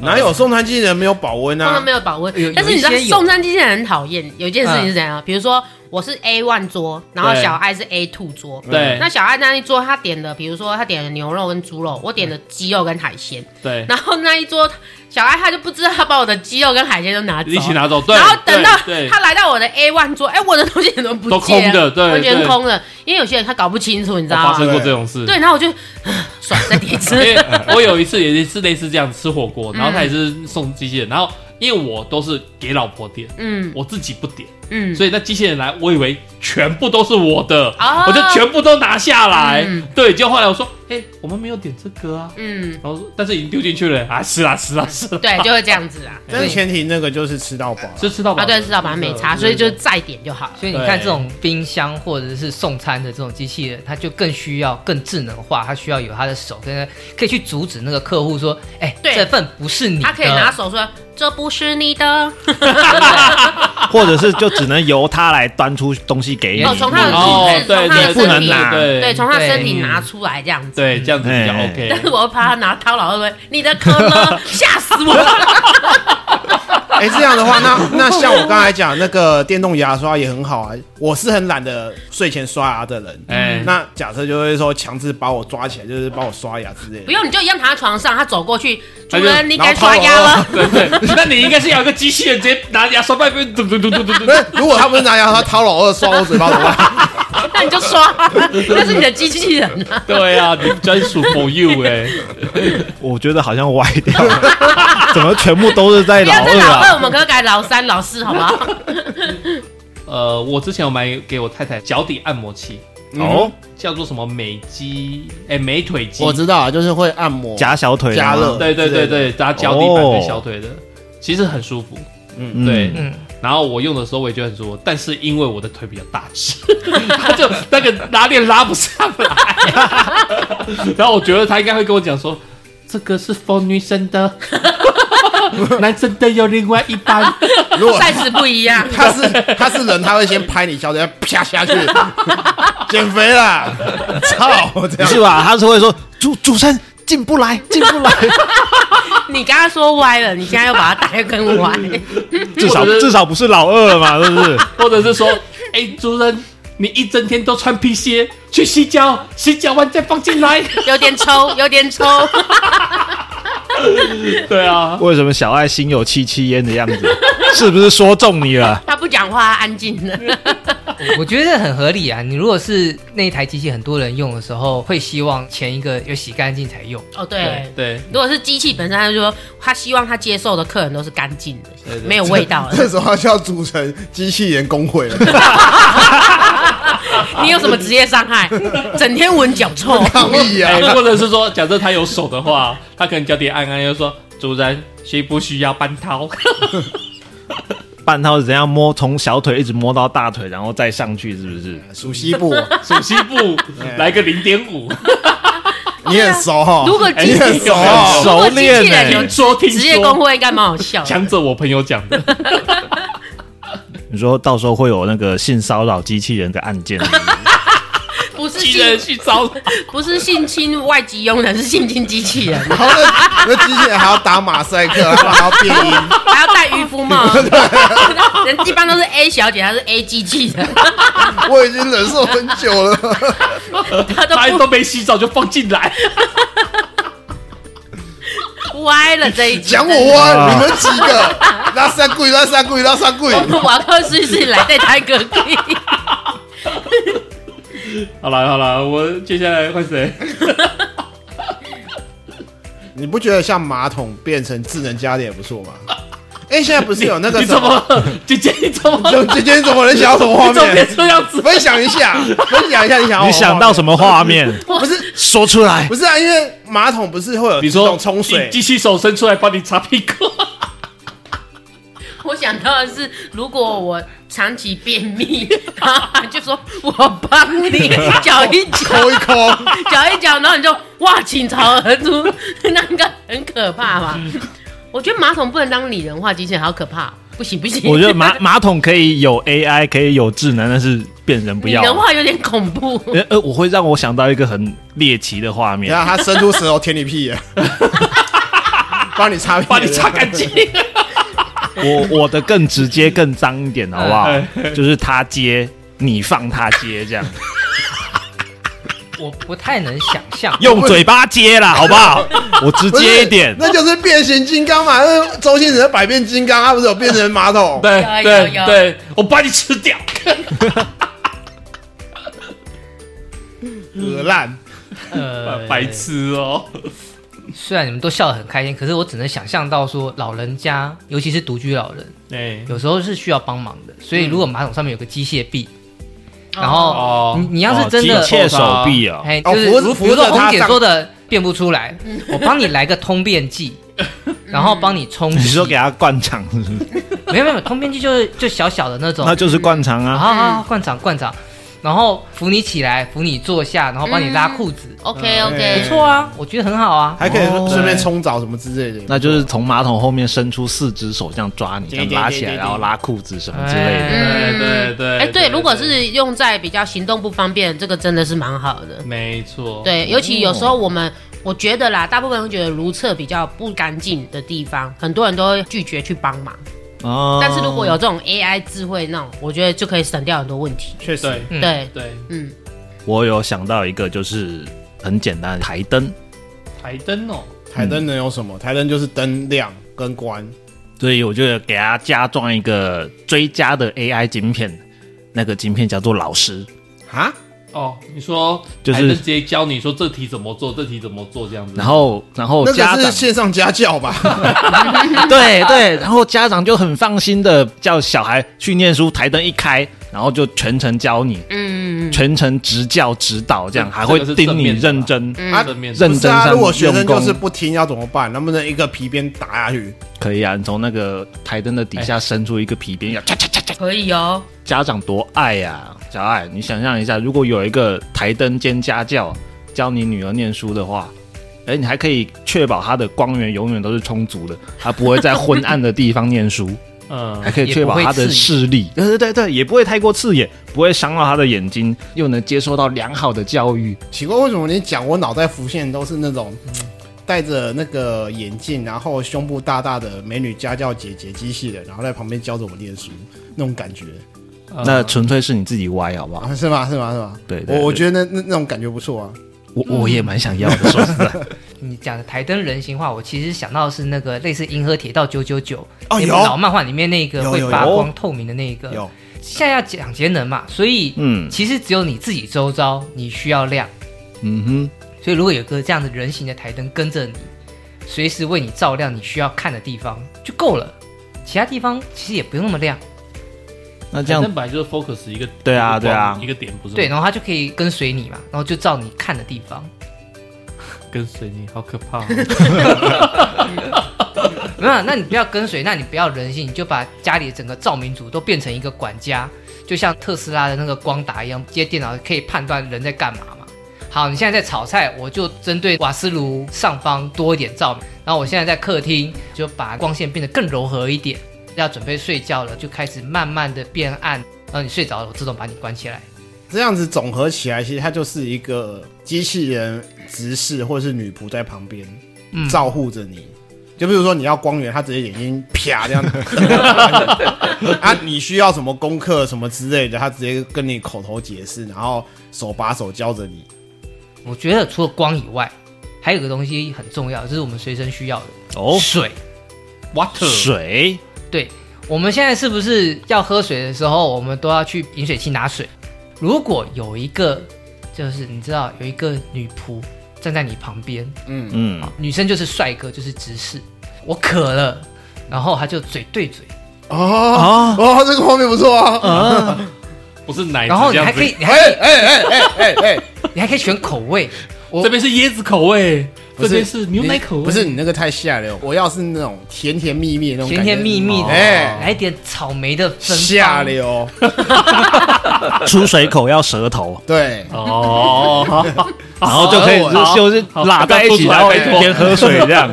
S4: 哪有送餐机器人没有保温
S3: 通常
S4: 啊？
S3: 没有保温
S2: 有。
S3: 但是你知道
S2: 有一些有
S3: 送餐机器人很讨厌，有一件事情是怎样？比如说我是 A one 桌，然后
S1: 嗯对
S3: 小爱是 A two 桌。
S1: 对
S3: 那小爱那一桌，他点的，比如说他点了牛肉跟猪肉，我点的鸡肉跟海鲜。
S1: 对，
S3: 然后那一桌小爱他就不知道他把我的鸡肉跟海鲜都拿走，
S1: 一起拿走。对，
S3: 然后等到
S1: 对对
S3: 他来到我的 A one 桌，哎，我的东西怎么不
S1: 都空
S3: 见
S1: 的对
S3: 完全
S1: 对
S3: 空的。因为有些人他搞不清楚，你知道
S1: 发
S3: 吗？
S1: 生哎过这种事。
S3: 对，然后我就算了，再点一次。
S1: 因为我有一次也是类似这样吃火锅，然后他也是送机器人，然后因为我都是给老婆点，
S3: 嗯，
S1: 我自己不点，
S3: 嗯，
S1: 所以那机器人来，我以为全部都是我的，
S3: 哦
S1: 我就全部都拿下来。
S3: 嗯
S1: 对，就后来我说，哎、我们没有点这个啊，
S3: 嗯，
S1: 然后说但是已经丢进去了啊，吃啦吃啦吃啦，
S3: 对，就会这样子
S1: *laughs*
S3: 啊。
S4: 但是前提那个就是吃到饱啦，
S1: 是吃到饱
S3: 啊，
S1: 的，
S3: 对，知道吧？没差，所以就再点就好了。
S2: 所以你看，这种冰箱或者是送餐的这种机器人，它就更需要更智能化，它需要有它的手跟可以去阻止那个客户说，哎、
S3: 对
S2: 这份不是你的。
S3: 他可以拿手说：“这不是你
S1: *laughs*
S3: 的。
S5: 或者是就只能由他来端出东西给”你。
S3: 哦，从他
S4: 嗯
S3: 的
S1: 哦
S3: 体质，
S1: 对
S3: 从他的
S1: 对
S5: 不
S3: 身
S5: 能
S3: 体，
S5: 拿
S1: 对
S3: 对，从他身体
S2: 对
S3: 拿出来这样子。
S1: 对，这样子比较
S5: 哎
S1: OK
S3: 但。是我又怕他拿刀老二问你的可
S1: *laughs*
S3: 乐，吓死我了。
S4: 哎，这样的 *laughs* 话，那那像我刚才讲那个电动牙刷也很好啊。我是很懒得睡前刷牙的人，
S1: 哎
S4: 那假设就会说强制把我抓起来，就是帮我刷牙之类
S3: 不
S4: 的。
S3: 用，你就一样躺在床上，他走过去，主
S1: 他就
S3: 人，你
S4: 然后
S3: 该刷牙了。 *laughs*
S1: 对对，那你应该是要有一个机器人直接拿牙刷棒，嘟嘟嘟嘟
S4: *laughs*
S1: 嘟嘟
S4: 不，是，如果他不是拿牙刷掏老二刷我嘴巴怎么 *laughs* 办？
S3: 那你就刷，那是你的机器人啊。
S1: 对啊，你专属 for you 哎、
S5: 我觉得好像歪掉了， *laughs* 怎么全部都是在
S3: 不
S5: 老
S3: 要再
S5: 二
S3: 老二，
S5: 啊？
S3: 我们可不可以改老三、老四，好不好？
S1: *laughs* 呃，我之前有买给我太太脚底按摩器，
S4: 嗯
S5: 哦，
S1: 叫做什么美肌哎、美腿肌，
S4: 我知道啊，就是会按摩
S5: 夹小腿
S4: 加
S5: 了
S4: 热
S5: 吗，
S1: 对对对对，打脚底板
S4: 哦
S1: 跟小腿的，其实很舒服。
S5: 嗯
S1: 对
S2: 嗯，
S1: 然后我用的时候我也觉得很舒服，但是因为我的腿比较大只， *laughs* 他就那个拉链拉不上来。然后我觉得他应该会跟我讲说，这个是 for 女生的，男生的有另外一半。
S4: 如果
S3: size 不一样。
S4: 他是他是人，他会先拍你小腿，啪下去，减肥 *laughs* 啦！操，这
S5: 不
S4: 样
S5: 是吧？他是会说主主持人进不来，进不
S4: *laughs*
S5: 来，
S3: 你刚刚说歪了，你现在又把它打得更歪。
S5: 至少
S1: 或者是
S5: 至少不是老二嘛，是不是？
S1: 或者是说，哎、主任，你一整天都穿皮鞋去洗脚，洗脚完再放进来。
S3: 有点抽，有点抽。
S1: 对啊，
S5: 为什么小爱心有戚戚焉的样子？是不是说中你了？
S3: 他不讲话，安静的。
S2: 我觉得很合理啊。你如果是那一台机器很多人用的时候，会希望前一个有洗干净才用。
S3: 哦，对。
S1: 对，
S3: 如果是机器本身，他就说他希望他接受的客人都是干净的
S1: 对，对
S3: 没有味道的。
S4: 这时候他就要组成机器人工会了。
S3: *laughs*
S4: *laughs*
S3: 你有什么职业伤害？整天闻脚
S1: *laughs*
S3: 臭。
S4: 抗议啊
S1: 哎、！或者是说，假设他有手的话，他可能脚底按按，又说主人需不需要搬掏？
S5: 半套是怎样摸？从小腿一直摸到大腿，然后再上去，是不是？
S4: 属西部，
S1: 属西部
S4: 哎
S1: 来个零点五，
S4: 你很熟哈。
S3: 如 *laughs* 果
S4: 你
S3: 机
S4: 很熟哦，
S3: 如果
S5: 熟
S3: 机器
S5: 练
S3: 人
S5: 欸
S1: 听
S3: 有
S1: 哎说听
S3: 职业工
S1: 说，
S3: 会，应该蛮好笑的。
S1: 强者我朋友讲
S3: *laughs*
S1: 的，
S5: 你说到时候会有那个性骚扰机器人的案件，
S3: 不是
S1: 机器人
S3: 性，
S1: 去招， *laughs*
S3: 不是性侵外籍佣人，是性侵机器人，
S4: *laughs* 然后那那机器人还要打马赛克，然后还要变音，
S3: 还要戴渔夫
S4: *laughs*
S3: 帽。人一般都是 A 小姐，她是 A 机器人，
S4: 我已经忍受很久了。
S3: 她都
S1: 他都没洗澡就放进
S3: *laughs*
S1: 来，
S3: 不歪了这一集。
S4: 讲我
S1: 啊
S4: 歪，你们几个拉三跪，拉三跪，拉三跪。
S3: 瓦克斯是来在台隔壁，
S1: 好了好了，我接下来换谁？
S4: 你不觉得像马桶变成智能家电也不错吗？哎，现在不是有那个
S1: 你
S4: 什
S1: 怎么了姐姐你
S4: *laughs*
S1: 怎么了？
S4: 就今天怎么能想到什么画
S1: 你怎么
S4: 面
S1: 变？这样子？
S4: 分享一下，分享一下你想要
S5: 你想到什
S4: 么
S5: 么画面？
S4: 画面？不是
S5: 说出来。
S4: 不是啊，因为马桶不是会有
S1: 你
S4: 自
S1: 说
S4: 动冲水
S1: 机，机器手伸出来帮你擦屁
S4: *laughs*
S1: 股，
S3: 我想到的是，如果我长期便秘，然后就说我帮你搅一
S4: 抠
S3: 搅
S4: *laughs* 一，
S1: *laughs*
S4: 抠，
S3: 搅一搅，然后你就哇倾巢而出，那应该很可怕吧？我觉得马桶不能当拟人化机器人，好可怕！不行不行，
S5: 我觉得马马桶可以有 AI，可以有智能，但是变人不
S3: 拟
S5: 要。
S3: 人化有点恐怖。
S5: 呃呃，我会让我想到一个很猎奇的画面，
S4: 然后他伸出舌头舔你屁眼， *laughs* 帮你擦屁，
S1: 把你擦。干净。
S5: 我我的更直接、更脏一点，好不好
S1: 哎？
S5: 就是他接，你放他接，这样，
S2: 我不太能想象
S3: *laughs*
S5: 用嘴巴接啦，好不好？我直
S4: 不是
S5: 接一点。
S4: 那就是变形金刚嘛。那周星驰的百变金刚，他不是有变成马桶？
S1: 对
S3: 有有
S1: 对
S3: 有
S1: 对，我把你吃掉。
S4: 恶烂，
S1: 白痴哦、
S2: 呃虽然你们都笑得很开心，可是我只能想象到说，老人家，尤其是独居老人，
S1: 哎，
S2: 有时候是需要帮忙的。所以如果马桶上面有个机械臂，然
S3: 哦
S2: 后
S1: 哦
S2: 你，
S4: 嗯
S2: 你要是真
S5: 哦
S2: 的
S5: 机械手臂啊，
S2: 哎，
S4: 哦
S2: 就是
S4: 扶着
S2: 如
S4: 扶
S2: 比如说
S4: 着他
S2: 红姐
S4: 上
S2: 说的变不出来，我帮你来个通便剂，然后帮你冲
S5: 你
S2: 洗。
S5: 说给他灌肠是不是，
S2: 没有没有，通便剂就是就小小的那种
S5: 那，就是灌肠
S2: 然
S5: 啊。
S2: 后啊灌肠灌肠，然后扶你起来，扶你坐下，然后帮你拉裤子，
S3: OK
S4: 嗯
S2: 不
S3: OK，
S2: 错啊，我觉得很好啊。
S4: 还可以
S5: 哦
S4: 顺便
S1: 对
S4: 冲澡什么之类的，
S5: 那就是从马桶后面伸出四只手这样抓你，这样拉起
S1: 对对对对
S5: 来，然后拉裤子什么之类的。
S1: 对对对，
S3: 哎，对，如果是用在比较行动不方便，这个真的是蛮好的。
S1: 没错，
S3: 对，尤其有时候我们，我觉得啦，大部分会觉得如厕比较不干净的地方，很多人都会拒绝去帮忙。
S5: 哦
S3: 但是如果有这种 AI 智慧那种，我觉得就可以省掉很多问题。
S4: 确实
S1: 对
S2: 嗯
S3: 对，
S1: 对，
S3: 嗯，
S5: 我有想到一个，就是很简单，台灯。
S1: 台灯哦，
S4: 台灯能有什
S5: 嗯
S4: 么？台灯就是灯亮跟关，
S5: 所以我觉得给它加装一个追加的 AI 晶片，那个晶片叫做老师，
S4: 啊，
S1: 哦，你说
S5: 就是
S1: 台灯直接教你说这题怎么做，这题怎么做这样子，
S5: 然后然后
S4: 那
S5: 家
S4: 个是
S5: 长
S4: 线上家教吧？
S5: *laughs* 对对，然后家长就很放心的叫小孩去念书，台灯一开，然后就全程教你，
S3: 嗯，
S5: 全程执教指导，这样
S1: 这
S5: 还会
S1: 这个是
S5: 盯
S1: 正
S5: 你
S1: 面的吧
S5: 认真，
S3: 嗯
S4: 啊
S1: 正面
S5: *laughs* 认
S4: 不
S5: 真
S4: 是啊，
S5: 上
S4: 如果学生
S5: 用功
S4: 就是不听，要怎么办？能不能一个皮鞭打下去？
S5: 可以啊，你从那个台灯的底
S1: 哎
S5: 下伸出一个皮鞭，要嚓嚓嚓嚓，
S3: 可以哦。 *laughs*
S5: 家长多爱呀、小爱，你想象一下，如果有一个台灯兼家教教你女儿念书的话，哎，你还可以确保她的光源永远都是充足的，她不会在昏暗的地方念书，
S1: 嗯
S5: 还可以确保她的视力，对对对对，也不会太过刺眼，不会伤到她的眼睛，又能接受到良好的教育。
S4: 奇怪，为什么你讲我脑袋浮现都是那种嗯戴着那个眼镜，然后胸部大大的美女家教姐姐机器人，然后在旁边教着我念书那种感觉
S1: 嗯
S5: 那纯粹是你自己歪，好不好？
S4: 啊？是吗？是吗？是吗？
S5: 对对
S4: 我我
S5: 对
S4: 觉得那那那种感觉不错啊。
S5: 我
S1: 嗯
S5: 我也蛮想要的，说实在，
S2: 你讲的台灯人形化，我其实想到的是那个类似《银河铁道九九九》那
S4: 哦
S2: 部
S4: 有
S2: 老漫画里面那个
S4: 有
S2: 会
S4: 有
S2: 发
S4: 有
S2: 光透明的那个。
S4: 有
S2: 现在要讲节能嘛，所以
S5: 嗯
S2: 其实只有你自己周遭你需要亮，
S5: 嗯哼，
S2: 所以如果有个这样的人形的台灯跟着你，随时为你照亮你需要看的地方就够了，其他地方其实也不用那么亮。
S5: 那这
S1: 台
S5: 样
S1: 灯本来就是 focus 一个，
S5: 对啊
S1: 一个光
S5: 对啊
S1: 一个点不是吗
S2: 对，然后它就可以跟随你嘛，然后就照你看的地方。
S1: 跟随你，好可
S5: *laughs*
S1: 怕哦，
S2: 没有，那你不要跟随，那你不要人性，你就把家里整个照明组都变成一个管家，就像特斯拉的那个光达一样，接电脑可以判断人在干嘛嘛。好，你现在在炒菜，我就针对瓦斯炉上方多一点照明，然后我现在在客厅就把光线变得更柔和一点。要准备睡觉了，就开始慢慢的变暗，然后你睡着了，我自动把你关起来。
S4: 这样子总合起来，其实它就是一个机器人执事或者是女仆在旁边、
S2: 嗯
S4: 照护着你。就比如说你要光源，它直接眼睛啪
S5: *laughs*
S4: 这样啊，你需要什么功课什么之类的，它直接跟你口头解释，然后手把手教着你。
S2: 我觉得除了光以外，还有个东西很重要，这是我们随身需要的
S5: 哦，
S2: 水。
S1: water
S5: 水
S2: 对，我们现在是不是要喝水的时候，我们都要去饮水机拿水？如果有一个，就是你知道有一个女仆站在你旁边，
S4: 嗯，
S5: 嗯，
S2: 女生就是帅哥，就是直视，我渴了，然后她就嘴对嘴，
S4: 哦
S5: 啊，
S4: 哦，这个画面不错啊。
S1: 不是奶子
S2: 然后
S1: 这
S2: 你
S1: 样
S2: 还
S1: 子
S2: 可以，你还
S4: 哎哎哎哎哎哎，
S2: 你还可以选口味，我
S1: 这边是椰子口味，
S4: 不
S1: 这
S4: 是
S1: 边是牛奶口味，
S4: 不是你那个太吓人了，我要是那种甜甜蜜蜜的那种
S2: 甜甜蜜蜜
S1: 哦
S2: 的，
S4: 哎
S2: 来一点草莓的芬芳
S4: 下，流，
S5: 出水口要舌头。
S4: *laughs* 对，
S1: *laughs* 哦，好好
S5: 然后就可以
S1: 好
S5: 就是
S1: 好
S5: 拉在一起，
S1: 好
S5: 然后
S1: 拜托
S5: 边喝水这样。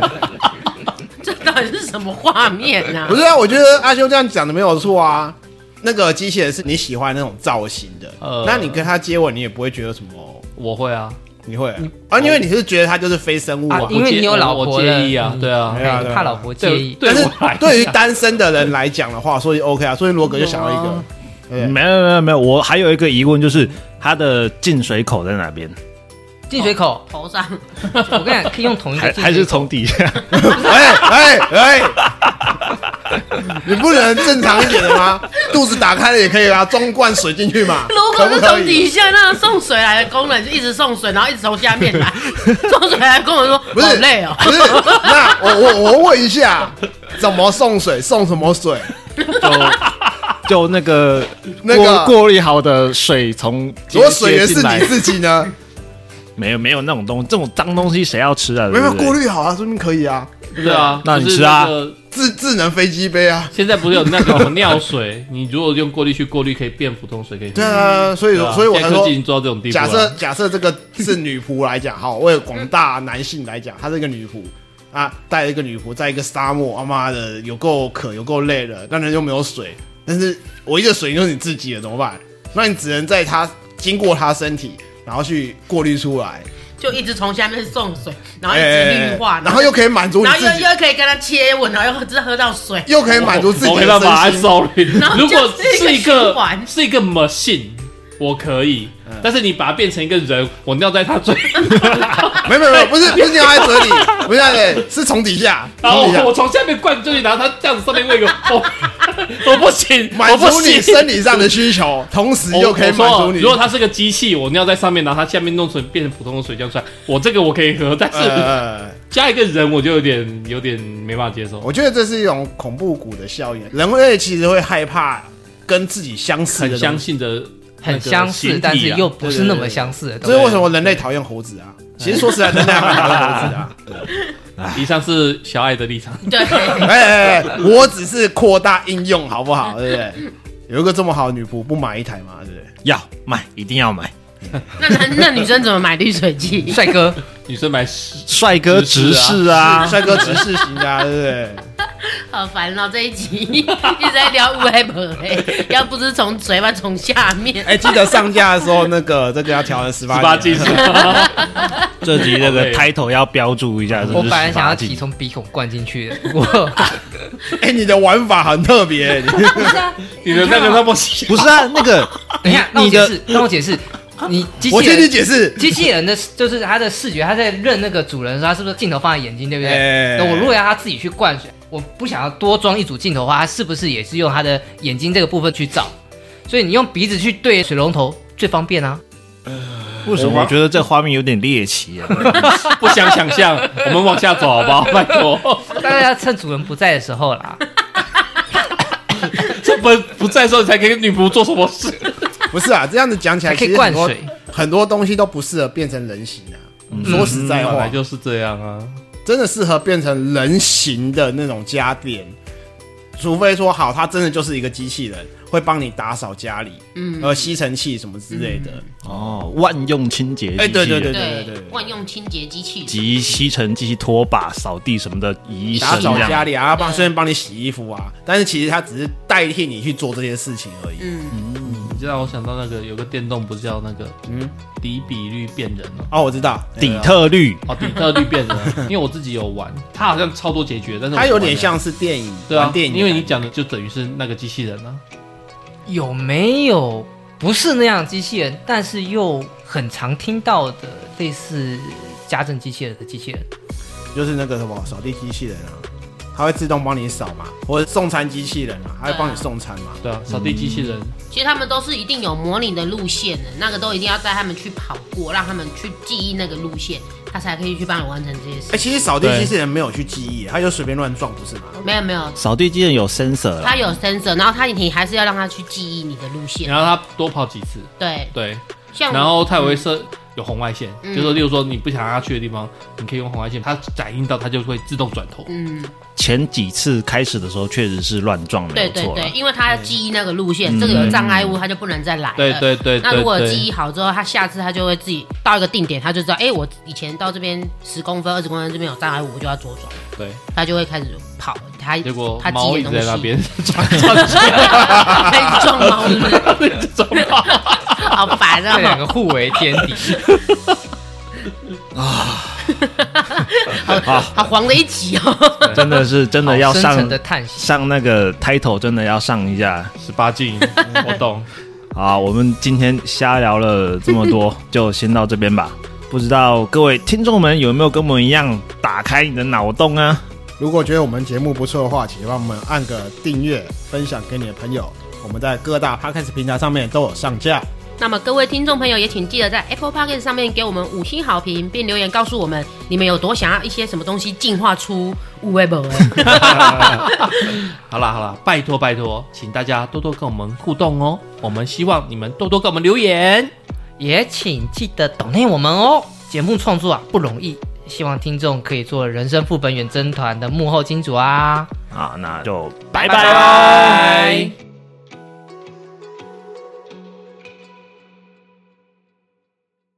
S3: 这到底是什么画面呐、
S4: 不是啊，我觉得阿修这样讲的没有错啊。那个机器人是你喜欢那种造型的，
S1: 呃
S4: 那你跟他接吻，你也不会觉得什么，
S1: 我会啊，
S4: 你会啊？因为你是觉得他就是非生物
S2: 啊
S4: 嘛。
S2: 因为你有老
S1: 我
S2: 婆了
S1: 介意啊，
S2: 嗯
S1: 对啊
S4: 没，有
S2: 哎
S4: 对啊
S2: 怕老婆介
S1: 对
S2: 意。
S1: 对
S4: 但是
S1: 我来
S4: 对于
S1: 讲
S4: 单身的人来讲的话，所以 OK 啊，所以罗格就想到一个， *laughs* 对
S5: 没有没有没有，我还有一个疑问就是它的进水口在哪边？
S2: 进水口，
S3: 头上
S2: 我跟你讲，可以用同一个
S5: 还 *laughs*
S2: 进水口，
S5: 还是从底下？
S4: 哎哎哎哎，
S5: *laughs*
S4: 你不能正常一点的吗？肚子打开了也可以啊，装灌水进去嘛。
S3: 如果
S4: 可不
S3: 是
S4: 可
S3: 从底
S4: 以？
S3: 下那个送水来的工人就一直送水，然后一直从下面
S4: *laughs*
S3: 来送水来，工人说
S4: 不是
S3: 好累哦，
S4: 不是，那我我我问一下，怎么送水？送什么水？
S5: 就那个
S4: 那个
S5: 过过滤好的水从
S4: 如果水源
S5: 接
S4: 是
S5: 进来
S4: 你自己呢？
S5: 没有没有那种东西，这种脏东西谁要吃啊？
S4: 没
S5: 对
S4: 有
S5: 不对
S4: 过滤好啊，说明可以啊。
S1: 对啊，
S5: 那你
S1: 就是
S5: 吃啊
S1: 那个
S4: 智智能飞机杯啊，
S1: 现在不是有那个什么尿水，你如果用过滤去过滤，可以变普通水，可以喝。
S4: 对啊，所以
S1: 对啊，
S4: 所以我
S1: 现在
S4: 才
S1: 科
S4: 说
S1: 技已，经做到这种地步啊了。
S4: 假设假设这个是女仆来讲，好，为了广大男性来讲，她是一个女仆啊，带一个女仆在一个沙漠，他、啊妈的有够渴，有够累了，当然又没有水，但是我一个水就是你自己的，怎么办？那你只能在她经过她身体，然后去过滤出来，哎
S3: 就一直从下面送水，然后一直绿化，
S4: 然后又可以满足你
S3: 然后
S4: 自己，
S3: 又又可以跟他接吻，然后又只喝到水，
S4: 又可以满足自己
S1: 我哦没
S4: 的
S1: 办法
S4: 身
S1: ，I'm
S4: 心。
S1: sorry
S3: 然。后
S1: 如果
S3: 就是
S1: 一
S3: 一个循
S1: 个
S3: 环
S1: 是一个 machine，我可以，
S4: 嗯
S1: 但是你把它变成一个人，我尿在他嘴，
S4: *laughs* 没有没有没有，不是不是尿在嘴里，不是尿在嘴里是从底下，
S1: 然后
S4: 从底下
S1: 我我从下面灌进去，然后他这样子上面喂个，我 *laughs* 我不行，我
S4: 满
S1: 不
S4: 足你
S1: 行。
S4: 生理上的需求，同时
S1: 我
S4: 又可以满
S1: 我
S4: 足
S1: 说啊
S4: 你。
S1: 如果它是个机器，我尿在上面，然后它下面弄成变成普通的水这样出来，我这个我可以喝，但是
S4: 呃，
S1: 加一个人我就有点有点没办法接受。
S4: 我觉得这是一种恐怖谷的效应，人类其实会害怕跟自己相似
S1: 很
S4: 的
S1: 相
S4: 东西，
S1: 信的那个
S2: 很相似，
S1: 形体啊
S2: 但是又不是那么相似的东
S4: 这
S2: 西。
S4: 是为什么人类讨厌猴子啊？其实说实在，人类还蛮讨厌猴子的、啊。
S1: 以上是小爱的立场，
S4: *laughs*
S3: 对，
S4: 哎哎哎，我只是扩大应用，好不好？对不对？有一个这么好的女仆，不买一台嘛？对不对？
S5: 要买，一定要买。
S3: 那男那女生怎么买滤水
S2: *laughs*
S3: 器？
S2: 帅哥，
S1: 女生买十
S5: 帅哥
S1: 直
S5: 直
S1: 视
S5: 视啊，
S4: 帅哥直视型的、啊，对不对？
S3: 好烦哦，这一
S4: *laughs*
S3: 集一直在聊乌黑博黑，哎要不是从嘴巴从下面，
S4: 哎，记得上架的时候，那个这个要调成十八
S1: 十八
S4: *laughs*
S1: 禁，
S5: 这集那个
S1: OK
S5: title 要标注一下。
S2: 我本来想要提
S5: 提，
S2: 从鼻孔灌进去的，不过
S4: 哎，你的玩法很特别，你
S1: 你的那个那么小，
S5: 不是啊，那个
S2: 等一下，让我
S5: 你
S2: 解
S5: 的
S2: 释，让我解释，你机
S4: *laughs* 我
S2: 器
S4: 替你
S2: 人。
S4: 解释。
S2: 机器人的就是它的视觉，它在认那个主人的时候，它是不是镜头放在眼睛，对不对？
S4: 哎
S2: 那我如果要它自己去灌水，我不想要多装一组镜头的话，它是不是也是用它的眼睛这个部分去照？所以你用鼻子去对水龙头最方便啊。
S5: 为什么我觉得这画面有点猎奇啊？
S1: 不想想
S4: *laughs*
S1: 象。我们往下走好不好？拜托，
S2: 当然要趁主人不在的时候啦。
S1: 这不不在的时候你才给女仆做什么
S4: *laughs*
S1: 事？
S4: 不是啊，这样子讲起来，
S2: 还可以
S4: 其实很多
S2: 灌水嗯
S4: 很多东西都不适合变成人形啊。说实在
S1: 本
S4: 话
S1: 来，就是这样啊。
S4: 真的适合变成人形的那种家电，除非说好，它真的就是一个机器人，会帮你打扫家里，嗯，呃，吸尘器什么之类
S2: 嗯
S4: 的。
S5: *laughs* 哦，万用清洁，
S4: 哎对对对对对
S3: 万用清洁机器人，
S5: 及吸尘器、拖把、扫地什么的，一
S4: 打
S5: 生
S4: 扫
S5: 这
S4: 家
S5: 样。
S4: 里
S2: 嗯
S4: 啊，帮顺便帮你洗衣服啊，但是其实它只是代替你去做这些事情而已。
S3: 嗯，
S1: 你就让我想到那个有个电动不是叫那个嗯底比率变人哦，
S4: 哦，我知道，
S5: 底特律
S1: 哦底特律变
S4: *laughs*
S1: 人，因为我自己有玩，它好像超多结局，但是我
S4: 它有点
S1: 不玩了
S4: 像是电影，
S1: 对啊
S4: 玩，电影的感觉，
S1: 因为你讲的就等于是那个机器人啊，
S2: 有没有不是那样的机器人，但是又很常听到的类似家政机器人的机器人？
S4: 就是那个什么扫地机器人啊，它会自动帮你扫嘛，或者送餐机器人啊，它会帮你送餐嘛。
S1: 对啊，扫地机器人，
S4: 嗯
S3: 其实他们都是一定有模拟的路线的，那个都一定要带他们去跑过，让他们去记忆那个路线，他才可以去帮你完成这些
S4: 哎、
S3: 事。
S4: 其实扫地机器人没有去记忆，它就随便乱撞，不是吗？
S3: 没有没有，
S5: 扫地机器人有 sensor 啦
S3: 他有 sensor，然后他你还是要让他去记忆你的路线。
S1: 然后它多跑几次，
S3: 对，
S1: 对，
S3: 像
S1: 然后它也会设有红外线，
S3: 嗯
S1: 就是说例如说你不想让它去的地方，你可以用红外线，它感应到它就会自动转头，
S3: 嗯，
S5: 前几次开始的时候确实是乱撞，没
S3: 对
S5: 有
S3: 对
S5: 错啦
S3: 对，因为他要记忆那个路线，
S5: 嗯
S3: 这个有障碍物他就不能再来了。
S1: 对对对
S3: 那
S1: 对
S3: 如果记
S1: 对，
S3: 忆好之后，他下次他就会自己到一个定点，他就知道，哎、我以前到这边十公分、二十公分这边有障碍物，我就要左转，
S1: 对，
S3: 他就会开始跑，他
S1: 结果
S3: 他
S1: 猫
S3: 记
S1: 一
S3: 的
S1: 直在
S3: 东西
S1: 那，边转
S3: *laughs*
S1: 转
S3: 开始撞猫是不是，
S1: 转转，
S3: *laughs* 好烦
S2: 这两
S3: 啊！
S2: 个互为天敌。
S3: *laughs* 好黄的一集哦，
S5: 真的是真的要
S2: 好深
S5: 上
S2: 沉的叹息。
S5: 上那个 title，真的要上一下。
S1: *laughs* 十八
S3: *laughs*
S1: 禁，我懂，
S5: 好，我们今天瞎聊了这么
S3: *laughs*
S5: 多，就先到这边吧。不知道各位听众们有没有跟我们一样打开你的脑洞啊？
S4: 如果觉得我们节目不错的话，请帮我们按个订阅，分享给你的朋友。我们在各大 podcast 平台上面都有上架。
S3: *laughs* 那么各位听众朋友也请记得在 Apple Podcast 上面给我们五星好评，并留言告诉我们你们有多想要一些什么东西进化出哦五位本。
S1: *laughs* 好啦好啦，拜托拜托，请大家多多跟我们互动哦。我们希望你们多多跟我们留言。
S2: *laughs* 也请记得懂内我们哦。节目创作啊不容易，希望听众可以做人生副本远征团的幕后金主啊。
S5: 啊，那就拜拜喽。